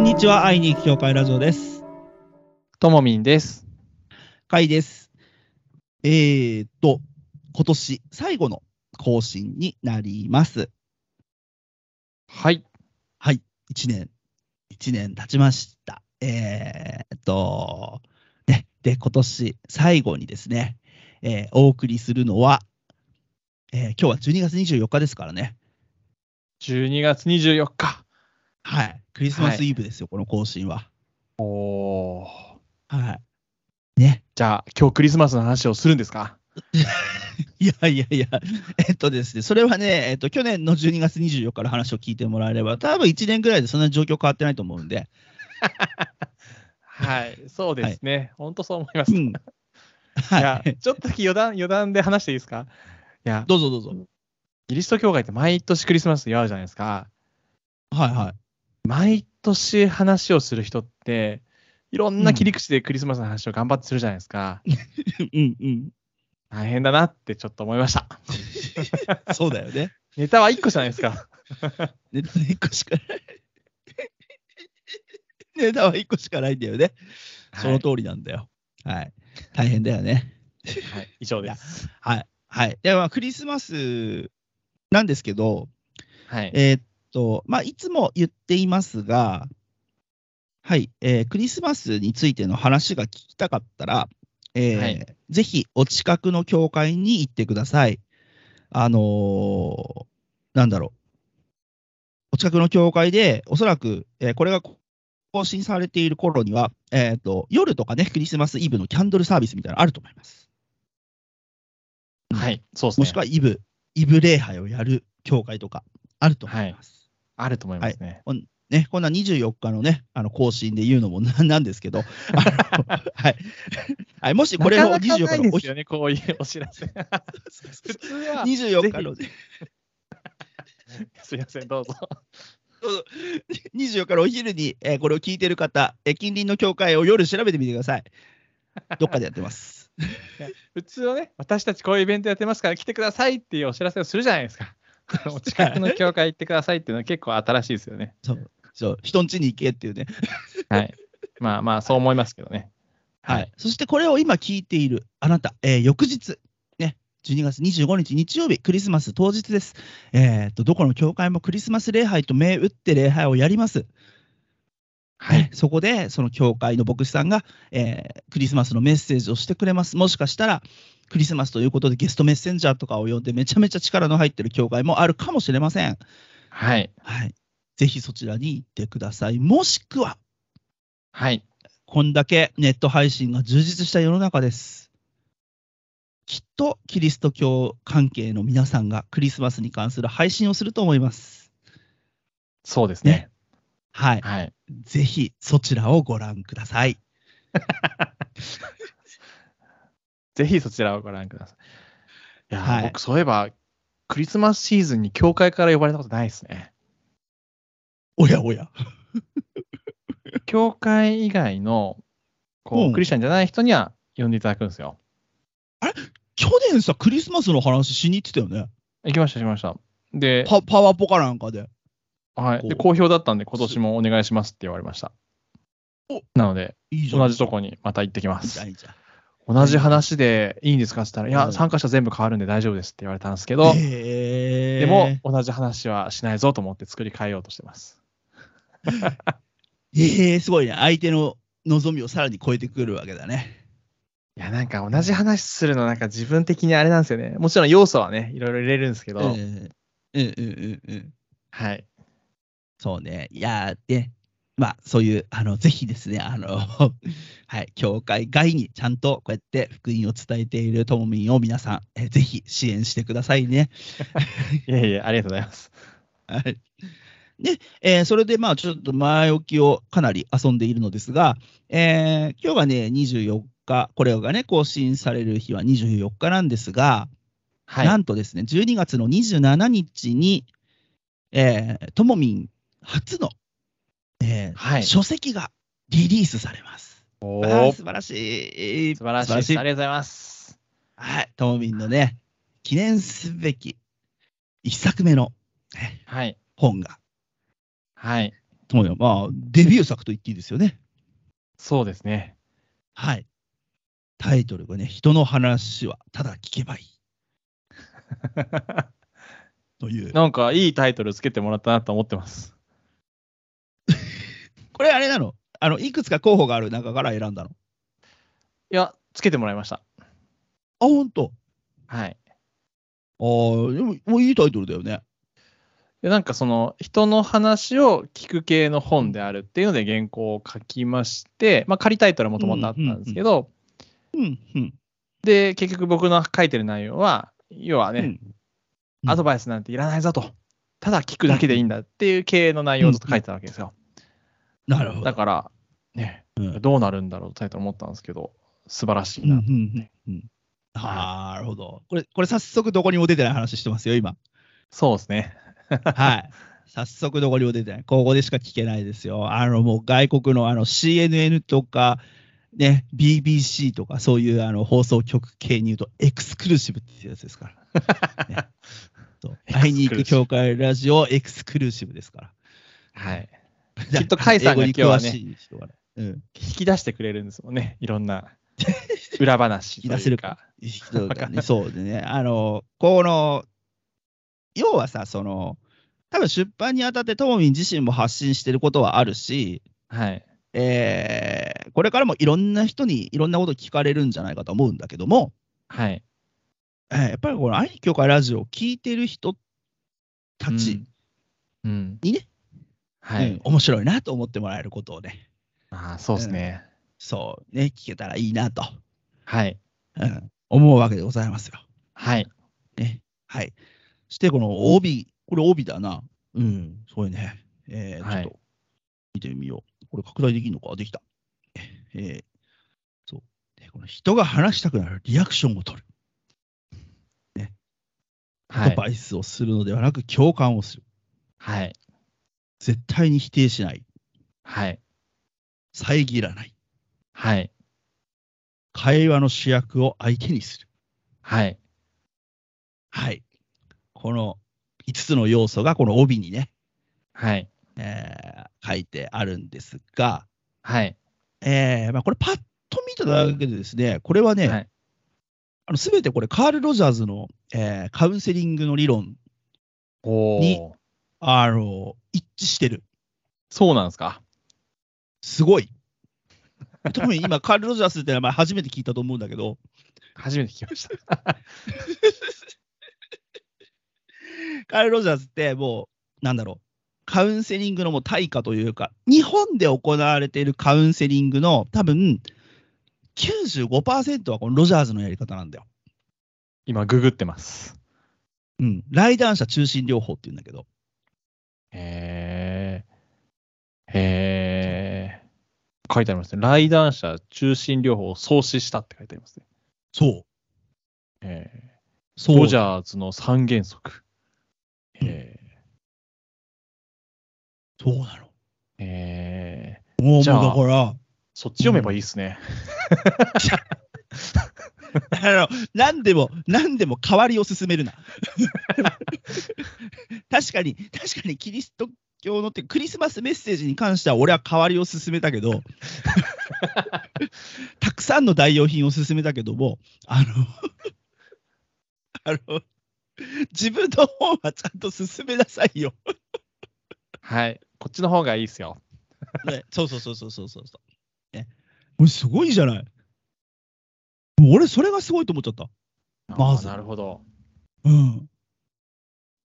にちは、会いに行き協会ラジオです。ともみんです。会です。えーっと、今年最後の更新になります。はい。 1年、1年経ちました。えーっと、ね、で、今年最後にですね、えーお送りするのは、えー今日は12月24日ですからね。 12月24日。はい。クリスマスイブですよ、この更新は。おー。はい。じゃあ、今日クリスマスの話をするんですかいやいやいや、えっとですね、それはね、えっと、去年の12月24日の話を聞いてもらえれば、多分1年ぐらいでそんなに状況変わってないと思うんで、はい。そうですね。本当そう思います。ういん。はやい。、ちょっとだけ余談、余談で話していいですかいや、どうぞどうぞ。キリスト教会って毎年クリスマス祝うじゃないですか。はいはい。毎年話をする人って、いろんな切り口でクリスマスの話を頑張ってするじゃないですか。うんうん。大変だなってちょっと思いました。そうだよね。ネタは1個じゃないですか。ネタは1個しかない。ネタは1個しかないんだよね。その通りなんだよ。はい。大変だよね。り。はい、以上です。はい。はい。で、まあ、クリスマスなんですけど、はい。えーっと、まあ、いつも言っていますが、はい、えークリスマスについての話が聞きたかったら、えーはいぜひお近くの教会に行ってください。あのーなんだろう。お近くの教会で、おそらく、えーこれが更新されている頃には、えーっと、夜とかね、クリスマスイブのキャンドルサービスみたいなのあると思います。はい、そうですね。もしくはイブ、イブ礼拝をやる教会とかあると思います。あると思いますね。ね、こんな24日のね、あの更新で言うのもなん なんですけど、あのはい、はい。もしこれをなかなか24ない日のおです昼よね、こういうお知らせ。 普通は、 24日のね、すいません、どうぞ。 24日のお昼に、えーこれを聞いてる方、えー近隣の教会を夜調べてみてください。どっかでやって ます。普通はね、私たちこういうイベントやってますから来てくださいっていうお知らせをするじゃないです か。お近くの教会行ってくださいっていうのは結構新しいですよね。そう、人ん家に行けっていうね。 はい。まあまあ、そう思いますけどね。ははいい、そしてこれを今聞いているあなた、えー翌日、ね、12月25日日曜日、クリスマス当日です、えーと。どこの教会もクリスマス礼拝と銘打って礼拝をやります。はいね。そこで、その教会の牧師さんが、えークリスマスのメッセージをしてくれます。もしかしたら、クリスマスということでゲストメッセンジャーとかを呼んで、めちゃめちゃ力の入ってる教会もあるかもしれません。はい。はい、ぜひそちらに行ってください。もしくは、はい。こんだけネット配信が充実した世の中です。きっとキリスト教関係の皆さんがクリスマスに関する配信をすると思います。そうですね。はい。はい。ぜひそちらをご覧ください。ぜひそちらをご覧ください。いやー、はい僕、そういえば、クリスマスシーズンに教会から呼ばれたことないですね。おやおや。教会以外の、こうんう、クリスチャンじゃない人には呼んでいただくんですよ。去年さ、クリスマスの話しに行ってたよね。行きました、行きました。で、パパワポカなんかで。はい、でこ好評だったんで、今年もお願いしますって言われましたお。なので、いいじゃん。同じとこにまた行ってきまいいじゃんす。いいじゃん。同じ話でいいんですかって言ったら、いうや、ん参加者全部変わるんで大丈夫ですって言われたんですけへど、ーでも、同じ話はしないぞと思って作り変えようとしてます。ええすごいね。相手の望みをさらに超えてくるわけだね。いや、なんか同じ話するの、なんか自分的にあれなんですよね。もちろん要素はね、いろいろ入れるんですけうど、んうんうんうんうん。はい。そうね。いやー、で、まあ、そういう、あの、ぜひですね、あの、 はい、教会外にちゃんとこうやって福音を伝えているともみんを皆さん、えーぜひ支援してくださいね。いやいや、ありがとうございます。はい。で、えーそれで、まあ、ちょっと前置きをかなり遊んでいるのですが、えー今日がね、24日、これがね、更新される日は24日なんですが、はい。なんとですね、12月の27日に、えーともみん初の、えーはい。書籍がリリースされます。おわあー素晴らしい。素晴らしいです。ありがとうございます。はい。ともみんのね、記念すべき一作目のねはい。本がはい。そうよまあ、デビュー作と言っていいですよね。そうですね。はい。タイトルがね、人の話はただ聞けばいいという。なんかいいタイトルつけてもらったなと思ってます。これあれなのあの、いくつか候補がある中から選んだの。いや、つけてもらいました。あ、ほんと。はい。ああ、でも、もういいタイトルだよね。でなんかその人の話を聞く系の本であるっていうので原稿を書きまして、まあ、仮タイトルはもともとあったんですけど、うん、うん。で結局僕の書いてる内容は要はね、うんアドバイスなんていらないぞとただ聞くだけでいいんだっていう系の内容をずっと書いてたわけですよ、なるほだど。からね、うんどうなるんだろうとタイトル思ったんですけど素晴らしういん、うん、な、うんうん。あーなるほど。これ、これ早速どこにも出てない話してますよ、今。そうですねはい。早速どこにも出てない。ここでしか聞けないですよ。あの、もう外国のあの CNN とか、ね、BBC とか、そういうあの放送局系に言うと、エクスクルーシブっていうやつですから。ね、 そう会いに行く教会ラジオエクスクルーシブですから。 はいきっと甲斐さんが今日はね英語に詳しい人はねうん。引き出してくれるんですもんね いろんな裏話とい う引き出せるかそうかだんね。そうでね。あの、この、要はさ、その、多分出版にあたってトモミン自身も発信してることはあるし、はいえーこれからもいろんな人にいろんなこと聞かれるんじゃないかと思うんだけども、はいえーやっぱりこの「愛に教会ラジオ」を聞いてる人たちうんうんにねはうんい、面白いなと思ってもらえることをね、ああそうですね、そうね、聞けたらいいなと、はいうん、思うわけでございますよ。はいね。はい。そしてこの帯、これ帯だな。うん、そういうね。えーはいちょっと見てみよう。これ拡大できるのかできた。えーそう。で、この人が話したくなるリアクションを取る。はアドいバイスをするのではなく共感をする。はい絶対に否定しない。はい遮らない。はい会話の主役を相手にする。はいはい。この5つの要素がこの帯にね、はいえー書いてあるんですが、はいえーまあ、これパッと見ただけでですね、これはね、はいあの全てこれカール・ロジャーズの、えーカウンセリングの理論、おにおあの一致してる。そうなんですかすご い。特に今、カール・ロジャースって名前初めて聞いたと思うんだけど、初めて聞きました カール・ロジャーズってもう、なんだろう、カウンセリングのもう対価というか、日本で行われているカウンセリングの多分95%はこのロジャーズのやり方なんだよ。今ググってますうん。来談者中心療法っていうんだけど、へえへえ書いてありますね来談者中心療法を創始したって書いてありますねそう。ええそうロジャーズの三原則えそうなの。えええもう、じゃあもうだそっち読めばいいですね、から、あの何でも、何でも代わりを進 めるな。確かに、確かにキリスト教のってクリスマスメッセージに関しては俺は代わりを進めたけ ど、たくさんの代用品を進めたけども、あの、 あの、自分の方はちゃんと進めなさいよ。はいこっちの方がいいですよね、そうそうそうそうそうそうそう。ね、もうすごいじゃない。もう俺、それがすごいと思っちゃった。まずあーなるほどうん。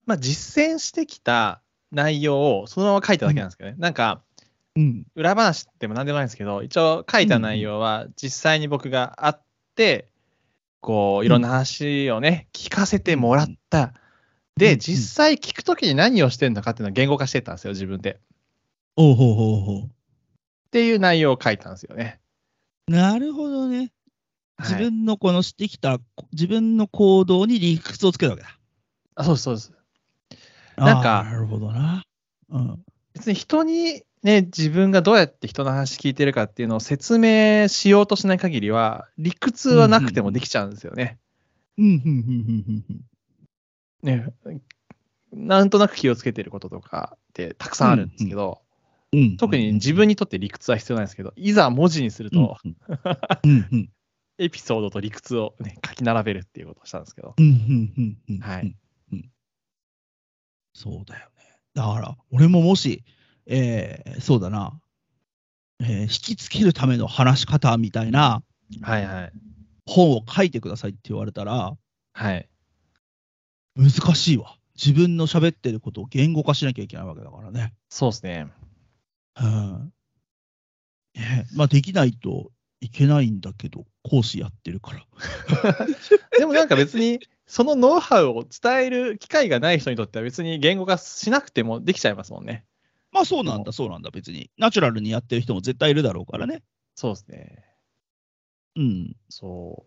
まあ実践してきた内容をそのまま書いただけなんですけどね、なんかうん。裏話でも何でもないんですけど一応書いた内容は実際に僕が会ってこういろんな話をね聞かせてもらったうんうでん実際聞くときに何をしてるのかっていうのを言語化してったんですよ自分でっおうほうほうほていう内容を書いたんですよねう。なるほどね。はい自分のこのしてきた、自分の行動に理屈をつけるわけだ。あそうですそうですなんかあーなるほどな。うん。別に人にね自分がどうやって人の話聞いてるかっていうのを説明しようとしない限りは理屈はなくてもできちゃうんですよね、うん、うん、うん、うん、ね、なんとなく気をつけてることとかってたくさんあるんですけど、うん特に自分にとって理屈は必要ないんですけど、いざ文字にすると、うんうんうんエピソードと理屈を、ね、書き並べるっていうことをしたんですけど、うんうんうんうんうんはいうんそうだよね。だから、俺ももし、えーそうだな、えー引きつけるための話し方みたいなはいはい。本を書いてくださいって言われたら、はい。難しいわ。自分の喋ってることを言語化しなきゃいけないわけだからね。そうですね。うん。ねまあ、できないといけないんだけど、講師やってるから。でもなんか別に、 そのノウハウを伝える機会がない人にとっては別に言語化しなくてもできちゃいますもんね。まあ、そうなんだ、そうなんだ、別に。ナチュラルにやってる人も絶対いるだろうからね。そうですね。うん。そ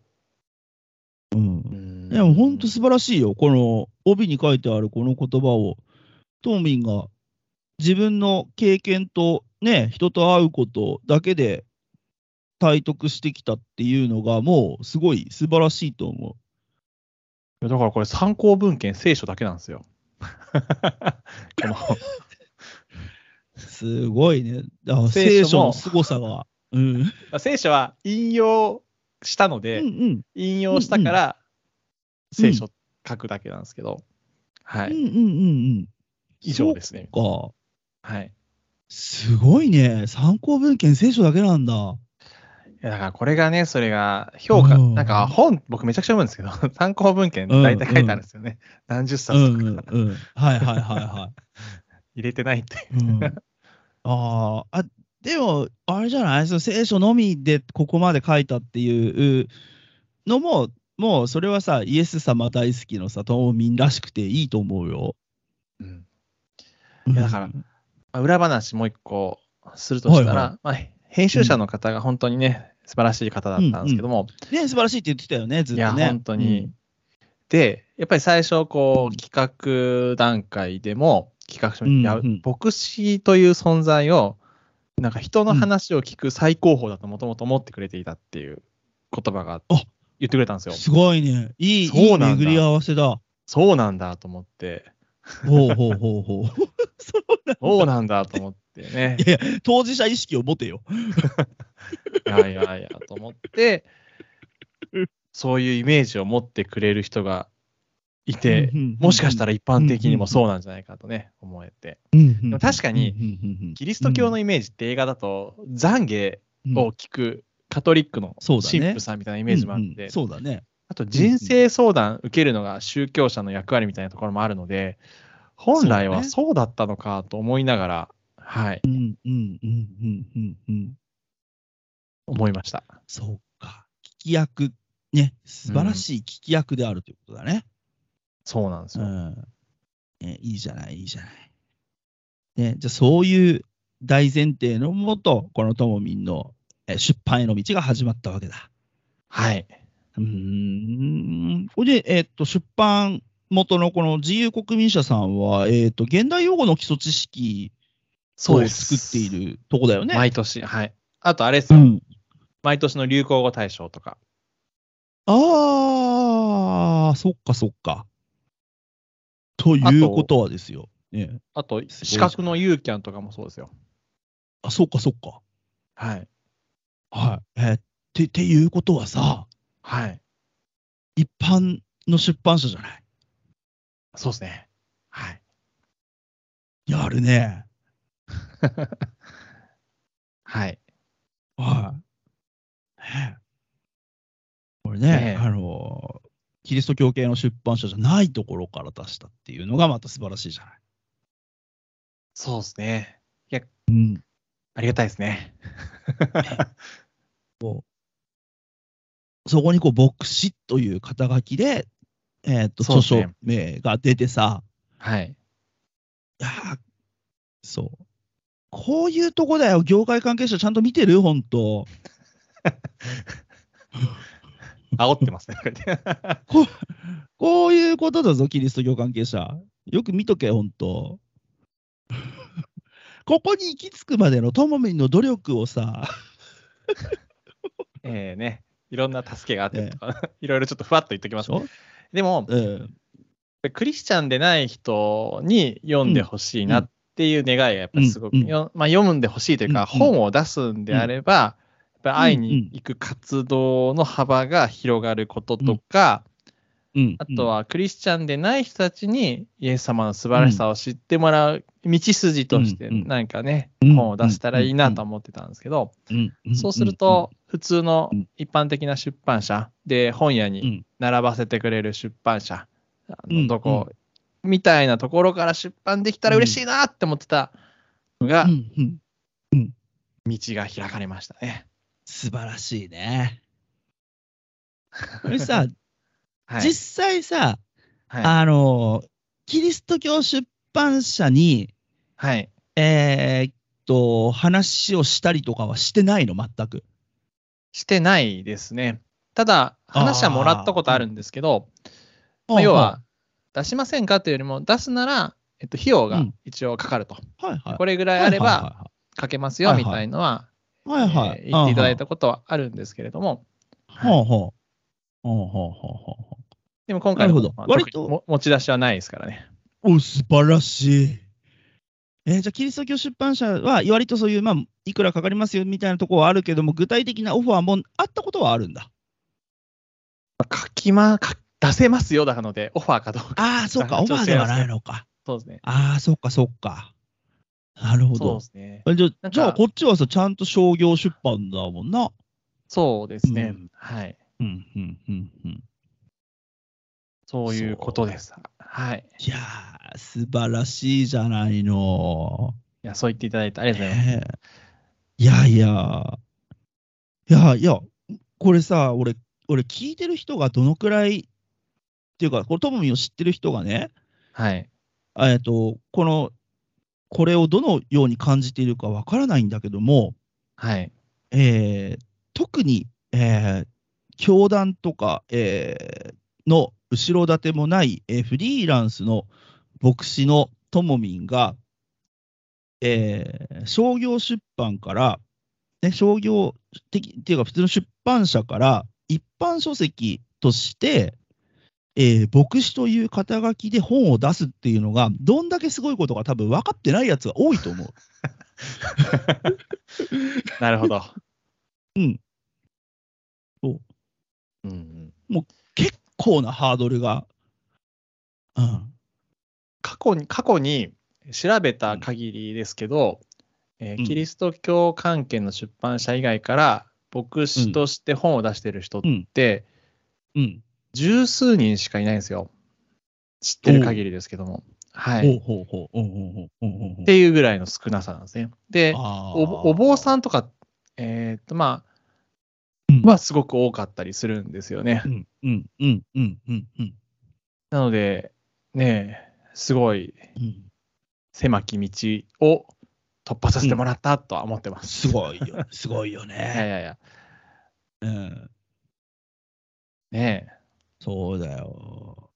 うんう。うんでも本当素晴らしいよ。この帯に書いてあるこの言葉を、トーミンが自分の経験とね、人と会うことだけで体得してきたっていうのが、もうすごい素晴らしいと思いやだからこれ参考文献聖書だけなんですよ。 このう。すごいね。だから聖書も聖書の凄さが。うん。うんまあ聖書は引用したので、うん。引用したから聖書書くだけなんですけど、はうんうんい、うんうん。以上ですね。そうか。はい、すごいね。参考文献聖書だけなんだ。いやだからこれがね、それが評価、うんなんか本、僕めちゃくちゃ読むんですけど、参考文献大体書いてあるんですよね。何十うん冊とうかんうん。はいはいはいはい。入れてないっていう。うん あーあ、でも、あれじゃないその聖書のみでここまで書いたっていうのも、もうそれはさ、イエス様大好きのさ、トーミンらしくていいと思うよ。うんやだからうんまあ裏話もう一個するとしはたら、いはまあ、編集者の方が本当にね、素晴らしい方だったんですけども、ね、素晴らしいって言ってたよね、ずっいや、とね。本当に。で、やっぱり最初、こう、企画段階でも、企画書に、いやうんうん牧師という存在を、なんか人の話を聞く最高峰だともともと思ってくれていたっていう言葉が言あってくれたんですうんよ。すごいね。いい、いそいうなんだ巡り合わせだ。そうなんだと思って、ほうほうほうほう。そうなんだと思ってね。いやいや、当事者意識を持てよ。いやいやいやと思って、そういうイメージを持ってくれる人がいて、もしかしたら、ら一般的にもそうなんじゃないかとね、思えて。でも確かにキリスト教のイメージって映画だと懺悔を聞くカトリックのそうだね神父さんみたいなイメージもあっうんうてん、そうだね。あと人生相談受けるのが宗教者の役割みたいなところもあるので、本来はそうだったのかと思いながら、はい、うんうんうんうんうんうん。思いました。そうか。聞き役、ね、素晴らしい聞き役であるということだね。そうなんですうよ。ん。ねいいじゃない、いいじゃない。ね、じゃあそういう大前提のもと、このともみんのえ出版への道が始まったわけだ。はい。うーん。これで、えっと、出版元のこの自由国民社さんは、えっと、現代用語の基礎知識そうをです。作っているとこだよね。毎年、はい。あとあれですうよ、ん。毎年の流行語大賞とか。ああ、そっかそっか。ということはですよ。ね、あと、すごい資格のユーキャンとかもそうですよ。あ、そっかそっか。はい。はい。えーて、っていうことはさ、はい。一般の出版社じゃない。そうですね。はい。やるね。はい。はい。ねこれね、ねあのー、キリスト教系の出版社じゃないところから出したっていうのがまた素晴らしいじゃない。そうですね。うん。ありがたいですね。そこにこう、牧師という肩書きで、えっ、と、そう著ですね書名が出てさ、はい。いやーそう。こういうとこだよ、業界関係者ちゃんと見てる本当煽って ますね、これで。こういうことだぞ、キリスト教関係者。よく見と け、本当ここに行き着くまでのともみんの努力をさ、ええね。いろんな助けがあってとか、 いろいろちょっとふわっと言っておきます。そうでも、うん、クリスチャンでない人に読んでほしいなっっていう願いがやっぱりすごく、うんうんよまあ、読むんでほしいというか、うんうん本を出すんであれば、やっぱり会いに行く活動の幅が広がることとか、うん、あとはクリスチャンでない人たちにイエス様の素晴らしさを知ってもらう道筋としてうんうん何かね、うん本を出せたらいいなと思ってたんですけど、うん、んそうすると、普通の一般的な出版社で本屋うにん並ばせてくれる出版社あうのんどこみたいなところから出版できたら嬉しいなって思ってたのがうんうんうん、道が開かれましたね。素晴らしいね。これ さ、はい実際さ、はいあの、キリスト教出版社に、はいえーっと、話をしたりとかはしてないの、全く。してないですね。ただ話はもらったことあるんですけど、まあ要は出しませんかというよりも出すなら、えっと、費用うがん一応かかると、うん、はいはい。これぐらいあれば、かけますよはいはいみたいのは、はいはい。えー言っていただいたことはあるんですけれども、うんうん。ほうほう。ほうほうほうほうほでも今回のなるほどまあ割と特にも持ち出しはないですからね。う。お、素晴らしい。えーじゃあ、キリスト教出版社は、割とそういう、まあ、いくらかかりますよみたいなところはあるけども、具体的なオファーもあったことはあるんだ。書きま、か出せますよなので、オファーかどうか。ああ、そうか、オ女フ性ァーではないのか。そうですね。ああ、そっかそっか。なるほそうどで。すね。えじなゃんかじゃあ、こっちはさ、ちゃんと商業出版だもんな。そうですね。うんはい。うん、うん、うん、うん。そういうことです。はい。いやー、素晴らしいじゃないの。いや、そう言っていただいてありがとうございます。ねえいやいや。いやいや、これさ、俺、俺聞いてる人がどのくらい、っていうか、これ、ともみを知ってる人がね、はい。えっと、この、これをどのように感じているかわからないんだけども、はい。えー特に、えー教団とか、えーの後ろ盾もない、えーフリーランスの牧師のともみんが、えー商業出版から、ね、商業的っていうか普通の出版社から一般書籍として、えー牧師という肩書きで本を出すっていうのがどんだけすごいことが多分分かってないやつが多いと思う。なるほど。 うん。そううんうん。結構なハードルが。うん。過去に、過去に調べた限りですけど、えーうんキリスト教関係の出版社以外から、牧師として本を出してる人って、うん。十数人しかいないんですよ。知ってる限りですけども。はい。っほうほうほう。うんうんうんうんうんうん。ていうぐらいの少なさなんですね。で、あー、おお坊さんとか、えーっと、まうんあ、はすごく多かったりするんですよね。うんうんうんうんうんうんなので、ねえ、すごいうん。狭き道を突破させてもらったとは思ってますす。ごいよ、すごいよ いやいね。やいや、うん。ねそうだよ。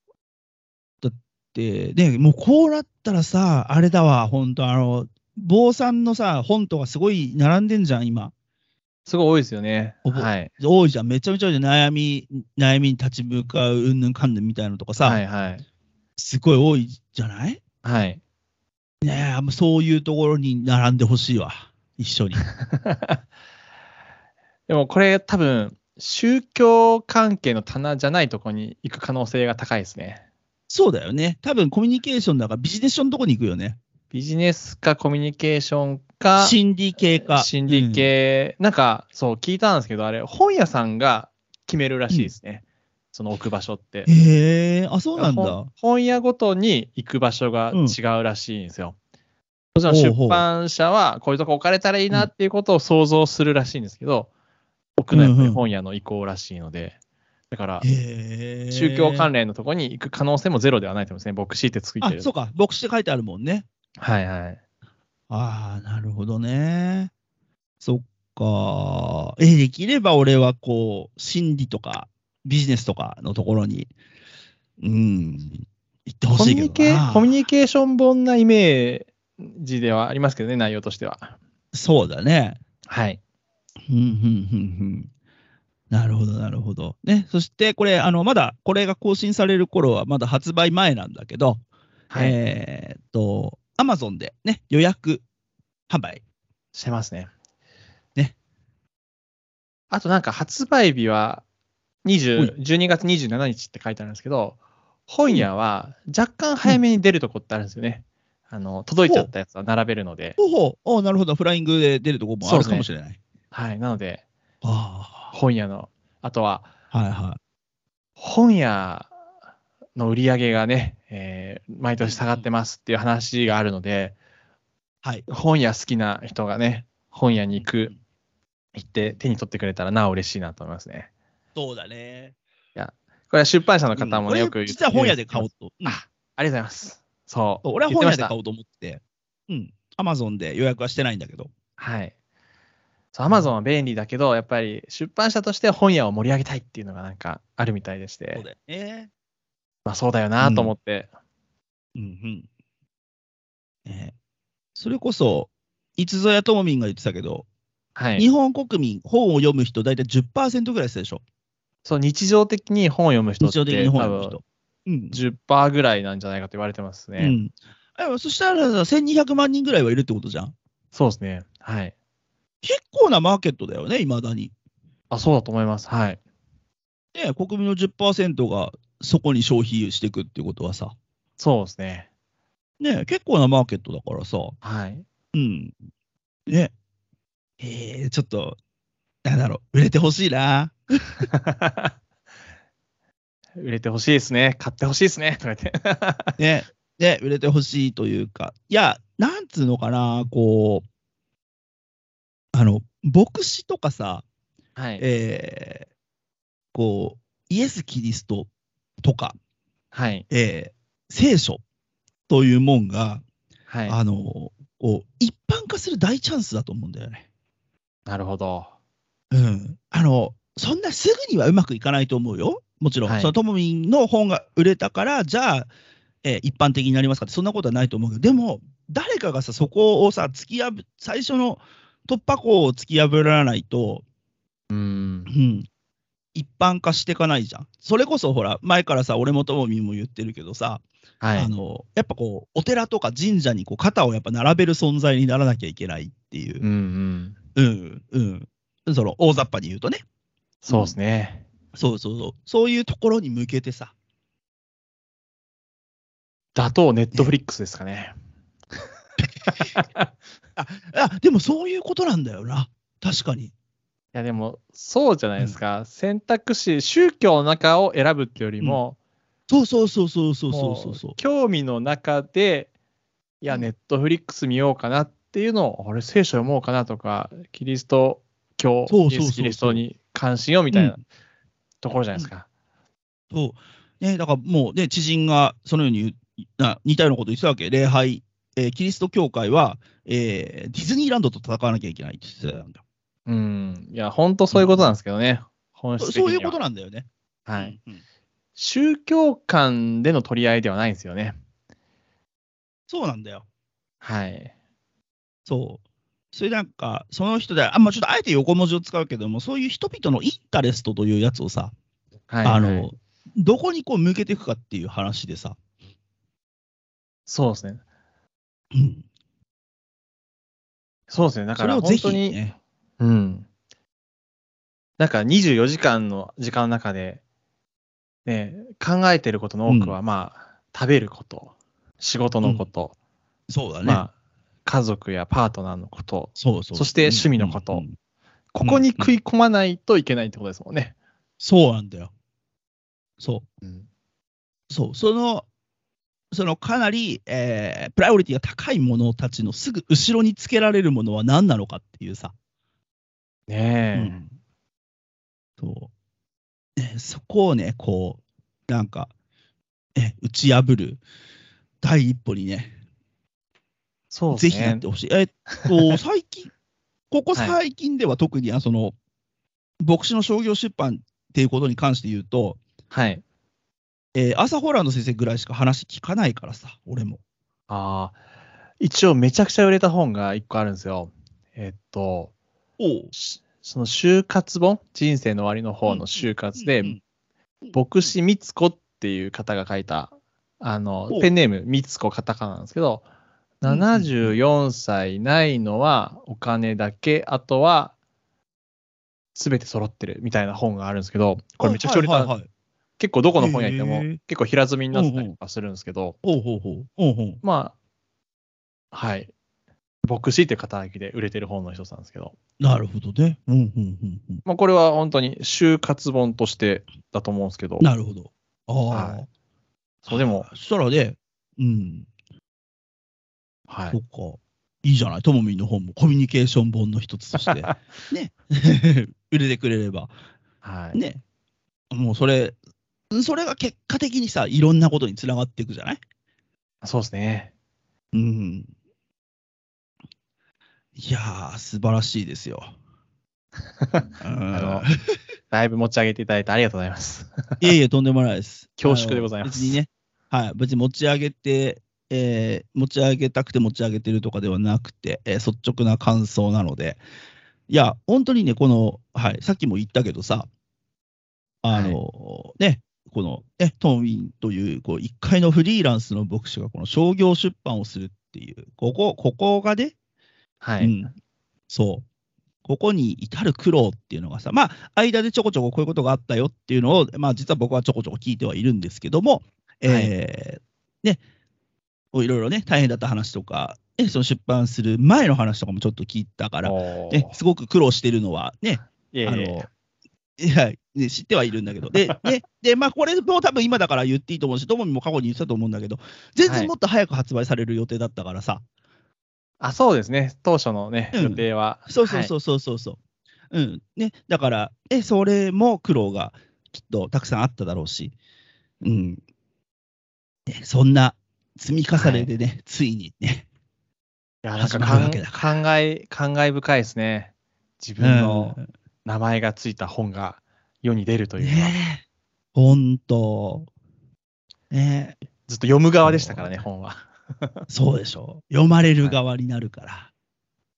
だって、ね、もうこうなったらさ、あれだわ、ほんと、あの、坊さんのさ、本とかすごい並んでんじゃん、今。え、すごい多いですよね。おぼはい。多いじゃん、めちゃめちゃ多いじゃん、悩み、悩みに立ち向かう、うんぬんかんぬんみたいなのとかさ、はいはい。すごい多いじゃないはい。ねえ、もうそういうところに並んでほしいわ、一緒に。でもこれ多分、宗教関係の棚じゃないとこに行く可能性が高いですね。そうだよね。多分コミュニケーションだからビジネス書のとこに行くよね。ビジネスかコミュニケーションか、心理系か。心理うん系、なんかそう聞いたんですけど、あれ、本屋さんが決めるらしいですね、その置く場所って。へえあ、そうなんだ。本本屋ごとに行く場所が違うらしいんですよ。もちろんほうほ出う版社はこういうとこ置かれたらいいなっていうことを想像するらしいんですけど、奥のやっぱり本屋の意向らしいので、だからへえ宗教関連連のとこに行く可能性もゼロではないと思うんですね、牧師ってついてあ、るそ。うか。牧師って書いてあるもんね。はいはい。ああ、なるほどね。そっか。え、できれば俺はこう、心理とかビジネスとかのところに、うん、行ってほコしいミュけニどケな。コミュニケーション本なイメージではありますけどね、内容としては。そうだね。はい。うんうんうんうんなるほど、なるほど。ね、そしてこれ、あのまだこれが更新される頃は、まだ発売前なんだけど、はい。えーっと、アマゾンでね、予約販売。してますね。ね。あとなんか発売日は20は12月27日って書いてあるんですけど、本屋は若干早めに出るとこってあるんですよね。あの届いちゃったやつは並べるので、ほうほう、おうなるほど、フライングで出るとこもあるかもしれない。はい、なのであ本屋の、あとはあ、はいは本屋の売り上げがね、えー毎年下がってますっていう話があるので、い。はい。本屋好きな人がね、本屋に行く、行って手に取ってくれたらなお嬉しいなと思いますね。そうだね。これは出版社の方もね、うんよく言う実は本屋で買おうと。あありがとうございます。そう。俺は本屋で買う。おうと思って、うん、アマゾンで予約はしてないんだけど。はい。そう、アマゾンは便利だけど、やっぱり出版社として本屋を盛り上げたいっていうのがなんかあるみたいでして、そうだよね。まあそうだよなと思って、うんうん。ねそれこそ、いつぞやともみんが言ってたけど、は日い。本国民、本を読む人、大体10%ぐらいしたでしょ。そう、日常的に本を読む人日って、常的に本を読む多分人。うん。 10%ぐらいなんじゃないかと言われてますね。うんあでもそしたらさ、1200万人ぐらいはいるってことじゃん。そうですね。はい。結構なマーケットだよね、いまだに。あ、そうだと思います。はい。ね、国民の10%がそこに消費していくってことはさ、そうですね。ね、結構なマーケットだからさ、はい。 うん。ね。えー、ちょっと、なんだろう、売れてほしいな。売れてほしいですね。買ってほしいですね。とか言って。 ね。ね、売れてほしいというか、いや、なんつうのかな、こう、あの、牧師とかさ、はい。えー、こう、イエス・キリストとか、はい。えー、聖書というもんが、はい。あの、こう、一般化する大チャンスだと思うんだよね。なるほど。うん、あのそんなすぐにはうまくいかないと思うよ、もちろん、はいそのともみんの本が売れたから、じゃあ、えー一般的になりますかって、そんなことはないと思うけど、でも、誰かがさ、そこをさ、突き破最初の突破口を突き破らないと、うんう。ん、一般化していかないじゃん。それこそ、ほら、前からさ、俺もともみんも言ってるけどさ、はいあ。のやっぱこう、お寺とか神社にこう肩をやっぱ並べる存在にならなきゃいけないっていううんう、ん。うん、うん、その大雑把に言うとね。そうですね。そうそうそう。そういうところに向けてさ。だとネットフリックスですかね。あ、でもそういうことなんだよな。確かに。いやでもそうじゃないですか、選択肢宗教の中を選ぶってよりも,、そうそうそうそうそうもそううそうそう。興味の中でいやうんネットフリックス見ようかなっていうのを、あれ聖書読もうかなとかキリスト教そうイそうそエうそうスキリストに関心をみたいなうところじゃないですか、そうね、だからもうね、知人がそのように言うな似たようなこと言ってたわけ。礼拝、えーキリスト教会は、えーディズニーランドと戦わなきゃいけないって言ってたんだよ。うんいや本当そういうことなんですけどね、本質そ的にそうはいうことなんだよね。はい、うんうん宗教間での取り合いではないんですよねそうなんだよ。はいそう。それなんか、その人で、あんまあちょっとあえて横文字を使うけども、そういう人々のインタレストというやつをさ、はい、はい、あの、どこにこう向けていくかっていう話でさ、そうですねうんそうですねだかそれらをぜ本ひ当に、ねうん。なんか24時間の時間の中で、ね、考えてることの多くは、まあ、食べること、仕事のこと、そうだね。まあ、家族やパートナーのこと、そうそう。そして趣味のことうんうんうんここに食い込まないといけないってことですもんね。そうなんだよ。そうんう。そう。その、そのかなり、えープライオリティが高いものたちのすぐ後ろにつけられるものは何なのかっていうさ。うねんそう、ねそこをね、こう、なんか、ね、打ち破る第一歩にね、え。そうぜですね。ひやってほしい。えっ と、最近、ここはい最近では特に、あその、牧師の商業出版っていうことに関して言うと、はい。えー朝ホラーの先生ぐらいしか話聞かないからさ、俺も。ああ。一応、めちゃくちゃ売れた本が1個あるんですよ。えっと、おしその就活本、人生の終わりの方の就活で、牧師みつこっていう方が書いた、あのお、ペンネームみつこカタカナなんですけど、うん74歳ないのはお金だけ、あとは全て揃ってるみたいな本があるんですけど、これめちゃくちゃ売れた、はいはいはいはい結構どこの本屋行ってもへえ結構平積みになってたりとかするんですけど、ほうほうほう。ほうほう。まあ、はい。牧師っていう肩書きで売れてる本の一つなんですけど、なるほどね。うんうんうんうん。まあ、これは本当に就活本としてだと思うんですけど、なるほど。ああ、はいそうでも、そしたらね、うん、はいそ。っか。いいじゃない、ともみんの本もコミュニケーション本の一つと して、ね、 売れてくれれば、はい、ね、もうそれ、それが結果的にさ、いろんなことにつながっていくじゃないそうですね。うん。いやー、素晴らしいですよ。のあだいぶ持ち上げていただいてありがとうござい ます。いえいえ、とんでもないです。恐縮でございまあのす別にね、はい、別に持ち上げて、えー持ち上げたくて持ち上げてるとかではなくて、えー率直な感想なので、いや、本当にね、この、はい、さっきも言ったけどさ、あの、ね、この、ね、トンウィンという、こう、一回のフリーランスの牧師が、この商業出版をするっていう、ここ、ここがね、はい。うん、そう。ここに至る苦労っていうのがさ、まあ、間でちょこちょここういうことがあったよっていうのを、まあ、実は僕はちょこちょこ聞いてはいるんですけども、えーね、こういろいろね、大変だった話とか、ね、その出版する前の話とかもちょっと聞いたから、おーね、すごく苦労してるのはね、いえいえあの、いや、ね、知ってはいるんだけど、で、 ね、で、まあ、これも多分今だから言っていいと思うし、どもみも過去に言ってたと思うんだけど、全はい然もっと早く発売される予定だったからさ、あ、そうですね。当初のね、うん予定は。そうそうう。そうそうそうそう。うん。ね、だから、え、それも苦労がきっとたくさんあっただろうし、うん。ね、そんな積み重ねでね、ついにね、い、や、なん始かまるわけだかん感慨、感慨深いですね。自分の名前がついた本が世に出るとういんうのは、ねえ、ほんと、ねえ、ずっと読む側でしたからね、本は。そうでしょう。読まれる側になるから。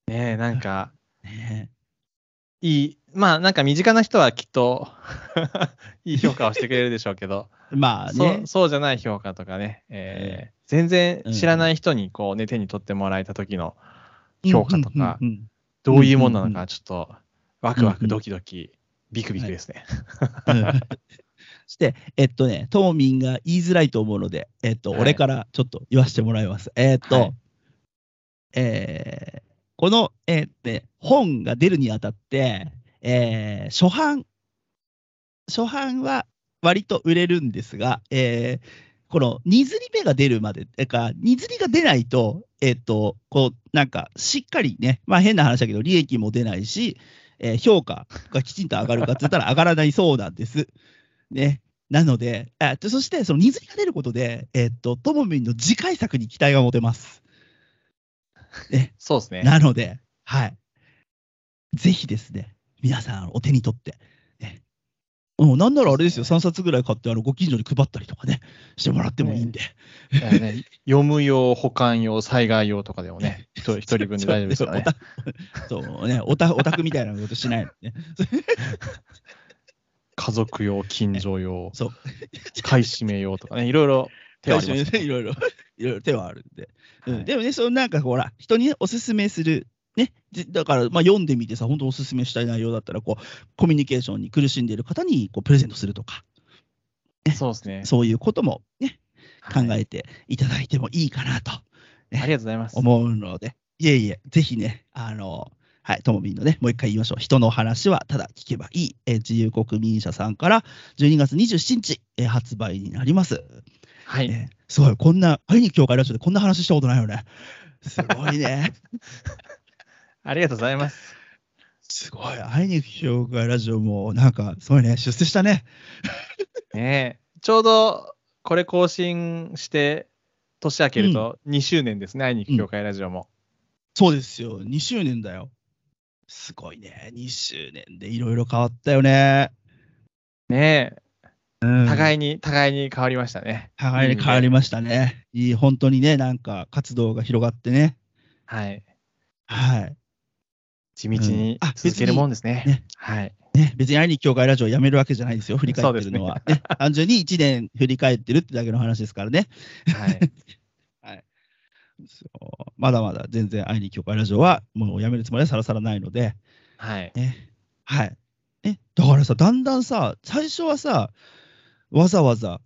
ねえ、なんか、ねいい、まあ、なんか身近な人はきっと いい評価をしてくれるでしょうけど、え、まあそねう、そうじゃない評価とかね、えー全然知らない人にこう、ね、手に取ってもらえた時の評価とかうんうんうんどういうもんなのうんうんか、ちょっとワクワうんうクんドキドキ、ビクビクですね。うん して、えっとね、ともみんが言いづらいと思うので、えっと、はい俺からちょっと言わせてもらいます。えっと、はいえーこの、えーね本が出るにあたって、えー初版、初版は割と売れるんですが、えーこの荷刷り目が出るまで、てか、荷刷りが出ないと、えっ、と、こう、なんか、しっかりね、まあ変な話だけど、利益も出ないし、えー評価がきちんと上がるかって言ったら上がらないそうなんです。ね。なので、あでそして、その荷刷りが出ることで、えっ、と、ともみんの次回作に期待が持てます。そうですね。なので、はい。ぜひですね、皆さん、お手に取って、ね。もうなんならあれですよ、3冊ぐらい買って、あの、ご近所に配ったりとかね、してもらってもいいんで。だからね読む用、保管用、災害用とかでもね、一 人一人分で大丈夫ですからね。そうそうね、オタオタクみたいなことしないのね。家族用、近所用、そう。買い占め用とかね、いろいろ手はあります、 いろいろ、いろいろ手はあるんで。うんはいでもね、そのなんかほら、人におすすめする、ね、じだから、まあ、読んでみてさ、本当おすすめしたい内容だったら、こう、コミュニケーションに苦しんでいる方にこうプレゼントするとか、そうですね。そういうことも、ね、考はいえていただいてもいいかなとありがとうございます。思うので、いえいえ、ぜひね、あの、はい、ともみんのね、もう一回言いましょう。人の話はただ聞けばいい。えー自由国民社さんから12月27日、えー発売になります。はい。ねすごい、こんな、会いに教会ラジオでこんな話したことないよね。すごいね。ありがとうございます。 すごい、会いに教会ラジオも、なんか、すごいね、出世したね。ねえちょうどこれ更新して、年明けると2周年ですね、会いに行く教会ラジオも。そうですよ、2周年だよ。すごいね、2周年でいろいろ変わったよね。ねえ、い互いに、互いに変わりましたね。互いに変わりましたね。いい、本当にね、なんか活動が広がってね。はい。はい。地道にうんあ続けるもんですね。別にねはい。ね、別に会いに教会ラジオやめるわけじゃないですよ、振り返ってるのは。ね単純に1年振り返ってるってだけの話ですからね。はい。そうまだまだ全然愛に教会ラジオはもうやめるつもりはさらさらないので、はい。ね。はい。え、だからさ、だんだんさ、最初はさ、わざわざ、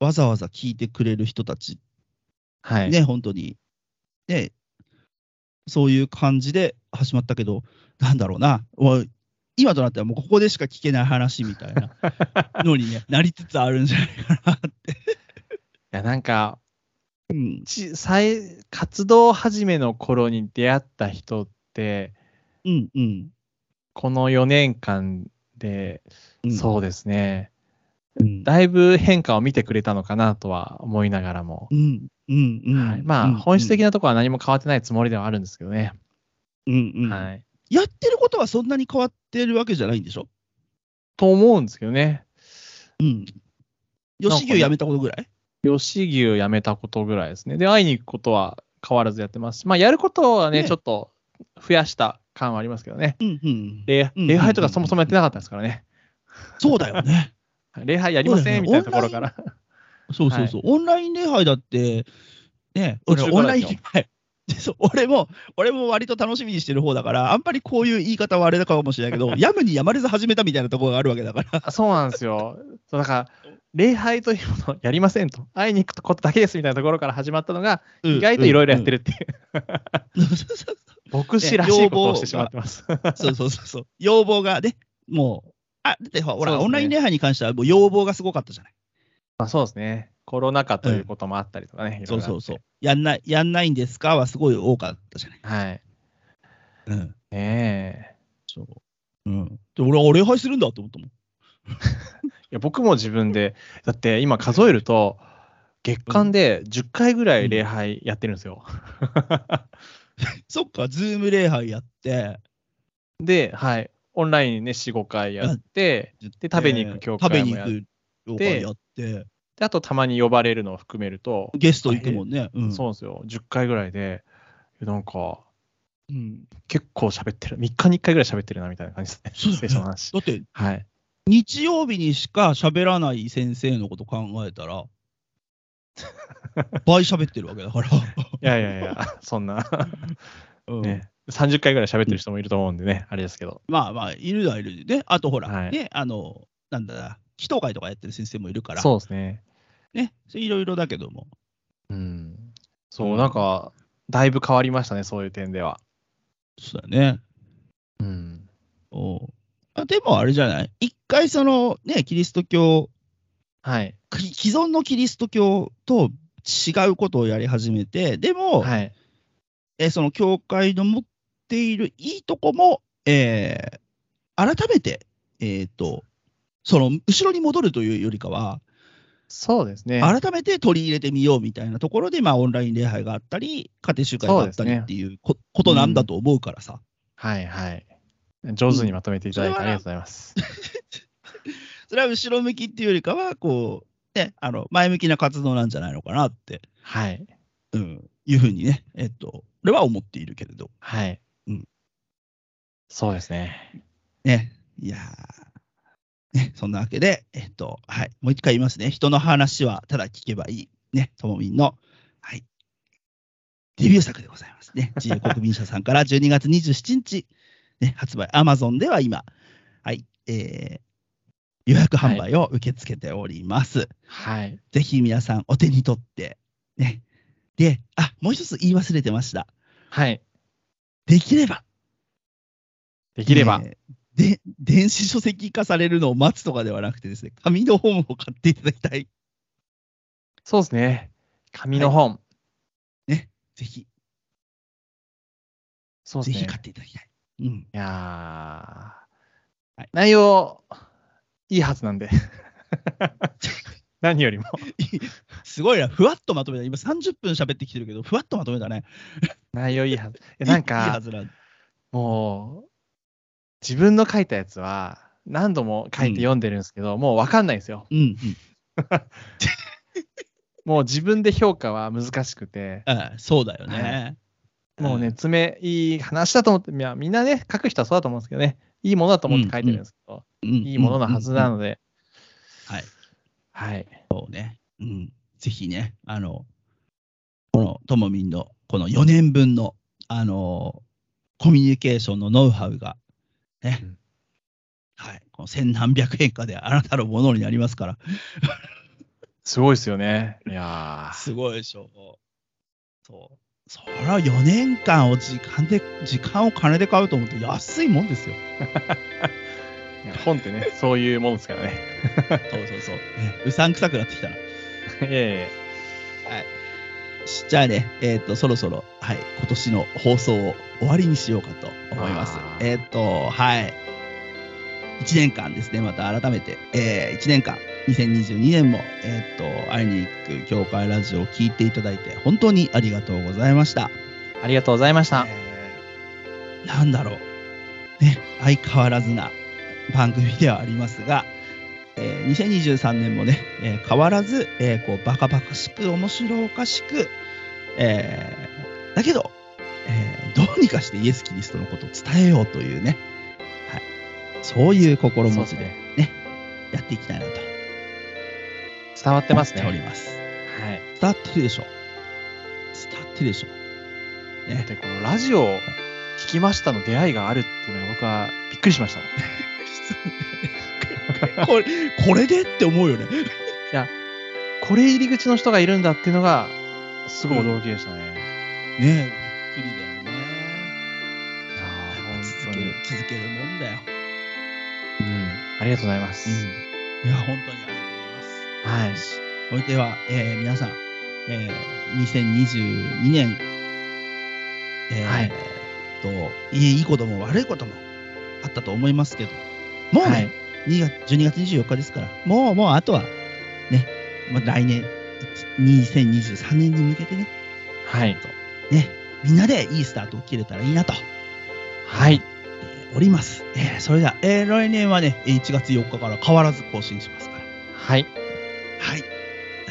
わざわざ聞いてくれる人たち はい。ね、本当に。ね、そういう感じで始まったけど、なんだろうな、おい今となってはもうここでしか聞けない話みたいなのに、 ね、なりつつあるんじゃないかなって。いや、なんか、うん。ち最活動始めの頃に出会った人って、うんうん。この4年間で、うんそうですね、うん。だいぶ変化を見てくれたのかなとは思いながらもう、んうんうん。はい、まあ、うん本質的なところは何も変わってないつもりではあるんですけどね、うんうんはい。やってることはそんなに変わってるわけじゃないんでしょと思うんですけどね、うん。吉牛やめたことぐらい吉牛を辞めたことぐらいですね。で、会いに行くことは変わらずやってますし、まあ、やることはね、ねちょっと増やした感はありますけどね。うんうん。礼うん礼拝とかそもそもやってなかったですからね。そうだよ ね。礼拝やりませんみたいなところから。そうそうそう、オンライン礼拝だって、ね、俺、途中オかンラらでインしょ礼拝。 そう俺も、俺も割と楽しみにしてる方だから、あんまりこういう言い方はあれだかもしれないけ ど、やむにやまれず始めたみたいなところがあるわけだから、あそうなんですよ。そうだから、礼拝というものをやりませんと、会いに行くことだけですみたいなところから始まったのが、 意外といろいろやってる。るっていう、うん そうそうそう 牧師らしいことをしてしまってます。そうそうそうそう、要望がね、もう、あだってほそうら、ですねオンライン礼拝に関しては、もう要望がすごかったじゃない。まあそうですね。コロナ禍ということもあったりとかね、いろそいうろあってそうそう。。やんない、やんないんですかはすごい多かったじゃない。はい。うん。ねえ。そう。うん。で、俺は礼拝するんだと思ったもん。いや僕も自分で、だって今数えると、月間で10回ぐらい礼拝やってるんですよ。そっか、ズーム礼拝やって、で、はい。オンラインね、4、5回やって、で食べに行く教会もや食っべに行く教会やって、であとたまに呼ばれるのを含めると、ゲスト行くもんね。うん、そうなんですよ。10回ぐらいで、いやなんか、うん結構喋ってる。3日に1回ぐらい喋ってるな、みたいな感じですね。そうだよね聖書の話。だって、はい。日曜日にしか喋らない先生のこと考えた ら、倍喋ってるわけだから。いやいやいや、そんな、うんね。30回ぐらい喋ってる人もいると思うんでね、あれですけど。まあまあ、いるはいるで、あとほら、はいね、あの、なんだな、祈祷会とかやってる先生もいるから、そうですね。ね、いろいろだけども。うん。そうう、んなんか、だいぶ変わりましたね、そういう点では。そうだね。うん。おうあでもあれじゃない一回そのね、キリスト教はい。き既存のキリスト教と違うことをやり始めて、でも、はい。えーその教会の持っているいいとこも、えー改めて、えー、とその後ろに戻るというよりかは、そうですね。改めて取り入れてみようみたいなところで、まあ、オンライン礼拝があったり、家庭集会があったりっていうこことなんだと思うからさ、はいはい。上手にまとめていただいてうんありがとうござい ます。それは後ろ向きっていうよりかはこう、ね、あの前向きな活動なんじゃないのかなって、はい。うん、いうふうにね、えっと、俺は思っているけれど。はい。うんそうですね。ね、いやーね、そんなわけで、えっと、はい、もう一回言いますね。人の話はただ聞けばいい。ね、ともみんの、はい、デビュー作でございますね。自由国民社さんから12月27日、ね、発売、Amazon では今、はい、えー予約販売を受け付けております。はい。ぜひ皆さんお手に取って、ね。で、あ、もう一つ言い忘れてました。はい。できれば、できれば。えーで、電子書籍化されるのを待つとかではなくてですね、紙の本を買っていただきたい。そうですね。紙の本。ぜひ、そうぜですひね。買っていただきたい。うん。 いやー、はい内容、いいはずな んで。何よりも。すごいな、ふわっとまとめた。今30分喋ってきてるけど、ふわっとまとめたね。内容いいはず。いやなんいいはか、ずなんだもう、自分の書いたやつは、何度も書いて読んでるんですけど、もう分かんないんですよ。うんうん。もう自分で評価は難しくて、ああそうだよね。もうね、うん爪、いい話だと思って、いやみんなね、書く人はそうだと思うんですけどね、いいものだと思って書いてるんですけど、いいもののはずなの。ので、はい。はい。そうね。うん。ぜひね、あの、このともみんのこの4年分の、あのーコミュニケーションのノウハウが、ね、うんはい、この千何百円かであなたのものになりますから、すごいですよね。いやーすごいでしょ。そう。そりゃ4年間を時間で、時間を金で買うと思って安いもんですよ。いや本ってね、そういうものですからね。 そうそうそう。うさんくさくなってきたな。いやいやしじゃあね、えっ、と、そろそろ、はい、今年の放送を終わりにしようかと思いますあ。ーえっ、と、はい。1年間ですね、また改めて、え1年間、2022年も、えっ、と、会いに行く協会ラジオを聞いていただいて、本当にありがとうございました。ありがとうございました。えーなんだろう、ね、相変わらずな番組ではありますが、えー2023年もね、えー変わらず、えーこうバカバカしく面白おかしく、えーだけど、えーどうにかしてイエス・キリストのことを伝えようというね、はい、そういう心そう持ちですでね。やっていきたいなと伝わってますね。思っておりはます。い。伝わってるでしょ伝わってるでしょねで、このラジオを聞きましたの出会いがあるっていうのは僕はびっくりしました。いこれこれでって思うよね。や、これ入り口の人がいるんだっていうのが、すごい驚きでしたね。ねえ、びっくりだよね。いやー続ける、続けるもんだよ。うん。ありがとうございます。いや、本当にありがとうはございいま。す。おいては、えー皆さん、えー2022年、えーはいといい、いいことも悪いこともあったと思いますけど、もうね、はい。 2月12月24日ですから、もう、もう、あとは、ね、まあ、来年、2023年に向けてね、はい。ね、みんなでいいスタートを切れたらいいなと。はい。おります。えーそれでは、えー来年はね、えー1月4日から変わらず更新しますから。はい。はい。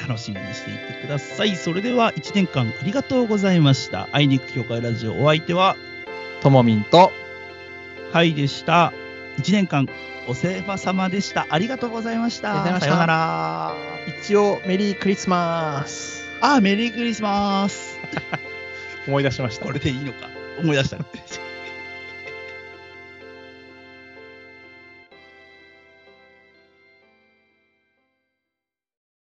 楽しみにしていてください。それでは、1年間ありがとうございました。あいにく協会ラジオお相手は、ともみんと、はいでした。1年間お世話様でした。ありがとうございましありた。がとうございましたさようなら。一応メリークリスマス。あー、メリークリスマス。思い出しましたこ。れでいいのか。思い出した。